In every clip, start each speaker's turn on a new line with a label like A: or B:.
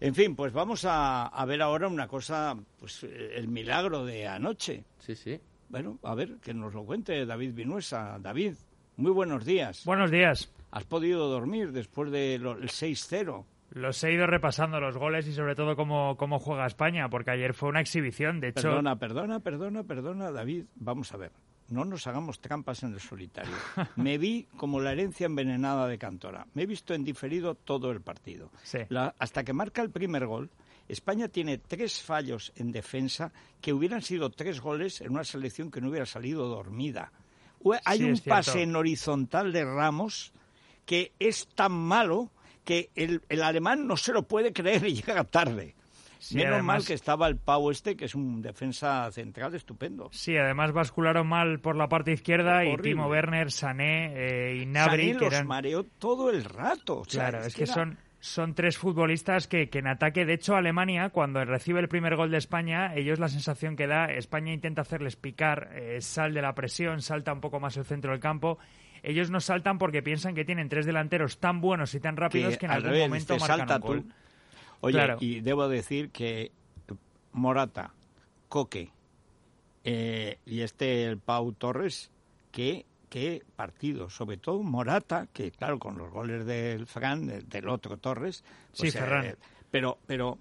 A: En fin, pues vamos a, a ver ahora una cosa, pues el milagro de anoche.
B: Sí, sí.
A: Bueno, a ver, que nos lo cuente David Vinuesa. David, muy buenos días.
C: Buenos días.
A: ¿Has podido dormir después del 6-0?
C: Los he ido repasando los goles y sobre todo cómo, cómo juega España, porque ayer fue una exhibición, de hecho...
A: Perdona, perdona, perdona, perdona, David. Vamos a ver, no nos hagamos trampas en el solitario. Me vi como la herencia envenenada de Cantora. Me he visto en diferido todo el partido.
C: Sí.
A: La- hasta que marca el primer gol, España tiene tres fallos en defensa que hubieran sido tres goles en una selección que no hubiera salido dormida. Hue- Hay
C: Sí,
A: un
C: es cierto.
A: pase en horizontal de Ramos que es tan malo que el, el alemán no se lo puede creer y llega tarde.
C: Sí,
A: Menos mal
C: además-
A: que estaba el Pau este, que es un defensa central estupendo.
C: Sí, además bascularon mal por la parte izquierda y
A: Horrible.
C: Timo Werner, Sané eh, y
A: Sané
C: Nabri, que
A: los
C: eran...
A: mareó todo el rato. o sea,
C: Claro, es que
A: era-
C: son, son tres futbolistas que, que en ataque, de hecho, Alemania, cuando recibe el primer gol de España, ellos la sensación que da, España intenta hacerles picar, eh, sal de la presión, salta un poco más el centro del campo. Ellos no saltan porque piensan que tienen tres delanteros tan buenos y tan rápidos que, en
A: al
C: algún
A: revés,
C: momento
A: te
C: marcan
A: salta
C: un gol.
A: tú. Oye,
C: Claro.
A: y debo decir que Morata, Coque eh, y este el Pau Torres, que qué partido, sobre todo Morata, que claro, con los goles del Fran, del- del otro Torres, pues, eh,
C: Sí, Ferran.
A: pero, pero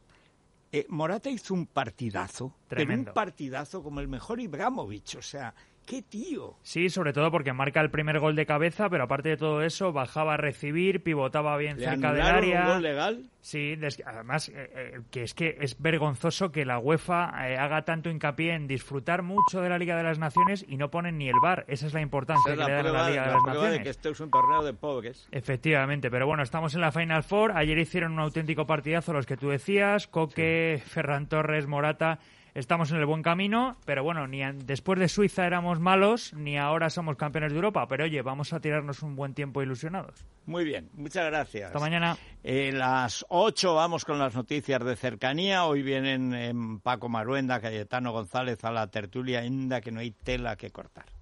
A: eh, Morata hizo un partidazo, pero
C: Tremendo.
A: un partidazo como el mejor Ibrahimovic, o sea, qué tío.
C: Sí, sobre todo porque marca el primer gol de cabeza, pero aparte de todo eso, bajaba a recibir, pivotaba bien
A: Le
C: cerca del
A: anularon
C: área.
A: un gol legal.
C: Sí, des- además, eh, eh, que es que es vergonzoso que la UEFA eh, haga tanto hincapié en disfrutar mucho de la Liga de las Naciones y no ponen ni el bar. Esa es la importancia
A: Esa es
C: que
A: la
C: le dan a
A: prueba,
C: la Liga de
A: la
C: las
A: prueba
C: Naciones.
A: de que esto es un torneo de pobres.
C: Efectivamente, pero bueno, estamos en la Final Four. Ayer hicieron un auténtico partidazo, los que tú decías, Coque, Ferran Torres, Morata. Estamos en el buen camino, pero bueno, ni an- después de Suiza éramos malos, ni ahora somos campeones de Europa. Pero oye, vamos a tirarnos un buen tiempo ilusionados.
A: Muy bien, muchas gracias.
C: Hasta mañana.
A: Eh, las 8 vamos con las noticias de cercanía. Hoy vienen em, Paco Maruenda, Cayetano González a la tertulia, ainda que no hay tela que cortar.